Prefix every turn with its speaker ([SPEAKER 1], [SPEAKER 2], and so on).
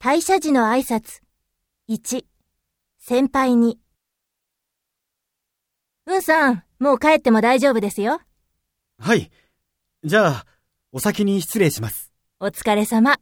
[SPEAKER 1] 退社時の挨拶。1、先輩に。うんさん、もう帰っても大丈夫ですよ。
[SPEAKER 2] はい。じゃあ、お先に失礼します。
[SPEAKER 1] お疲れ様。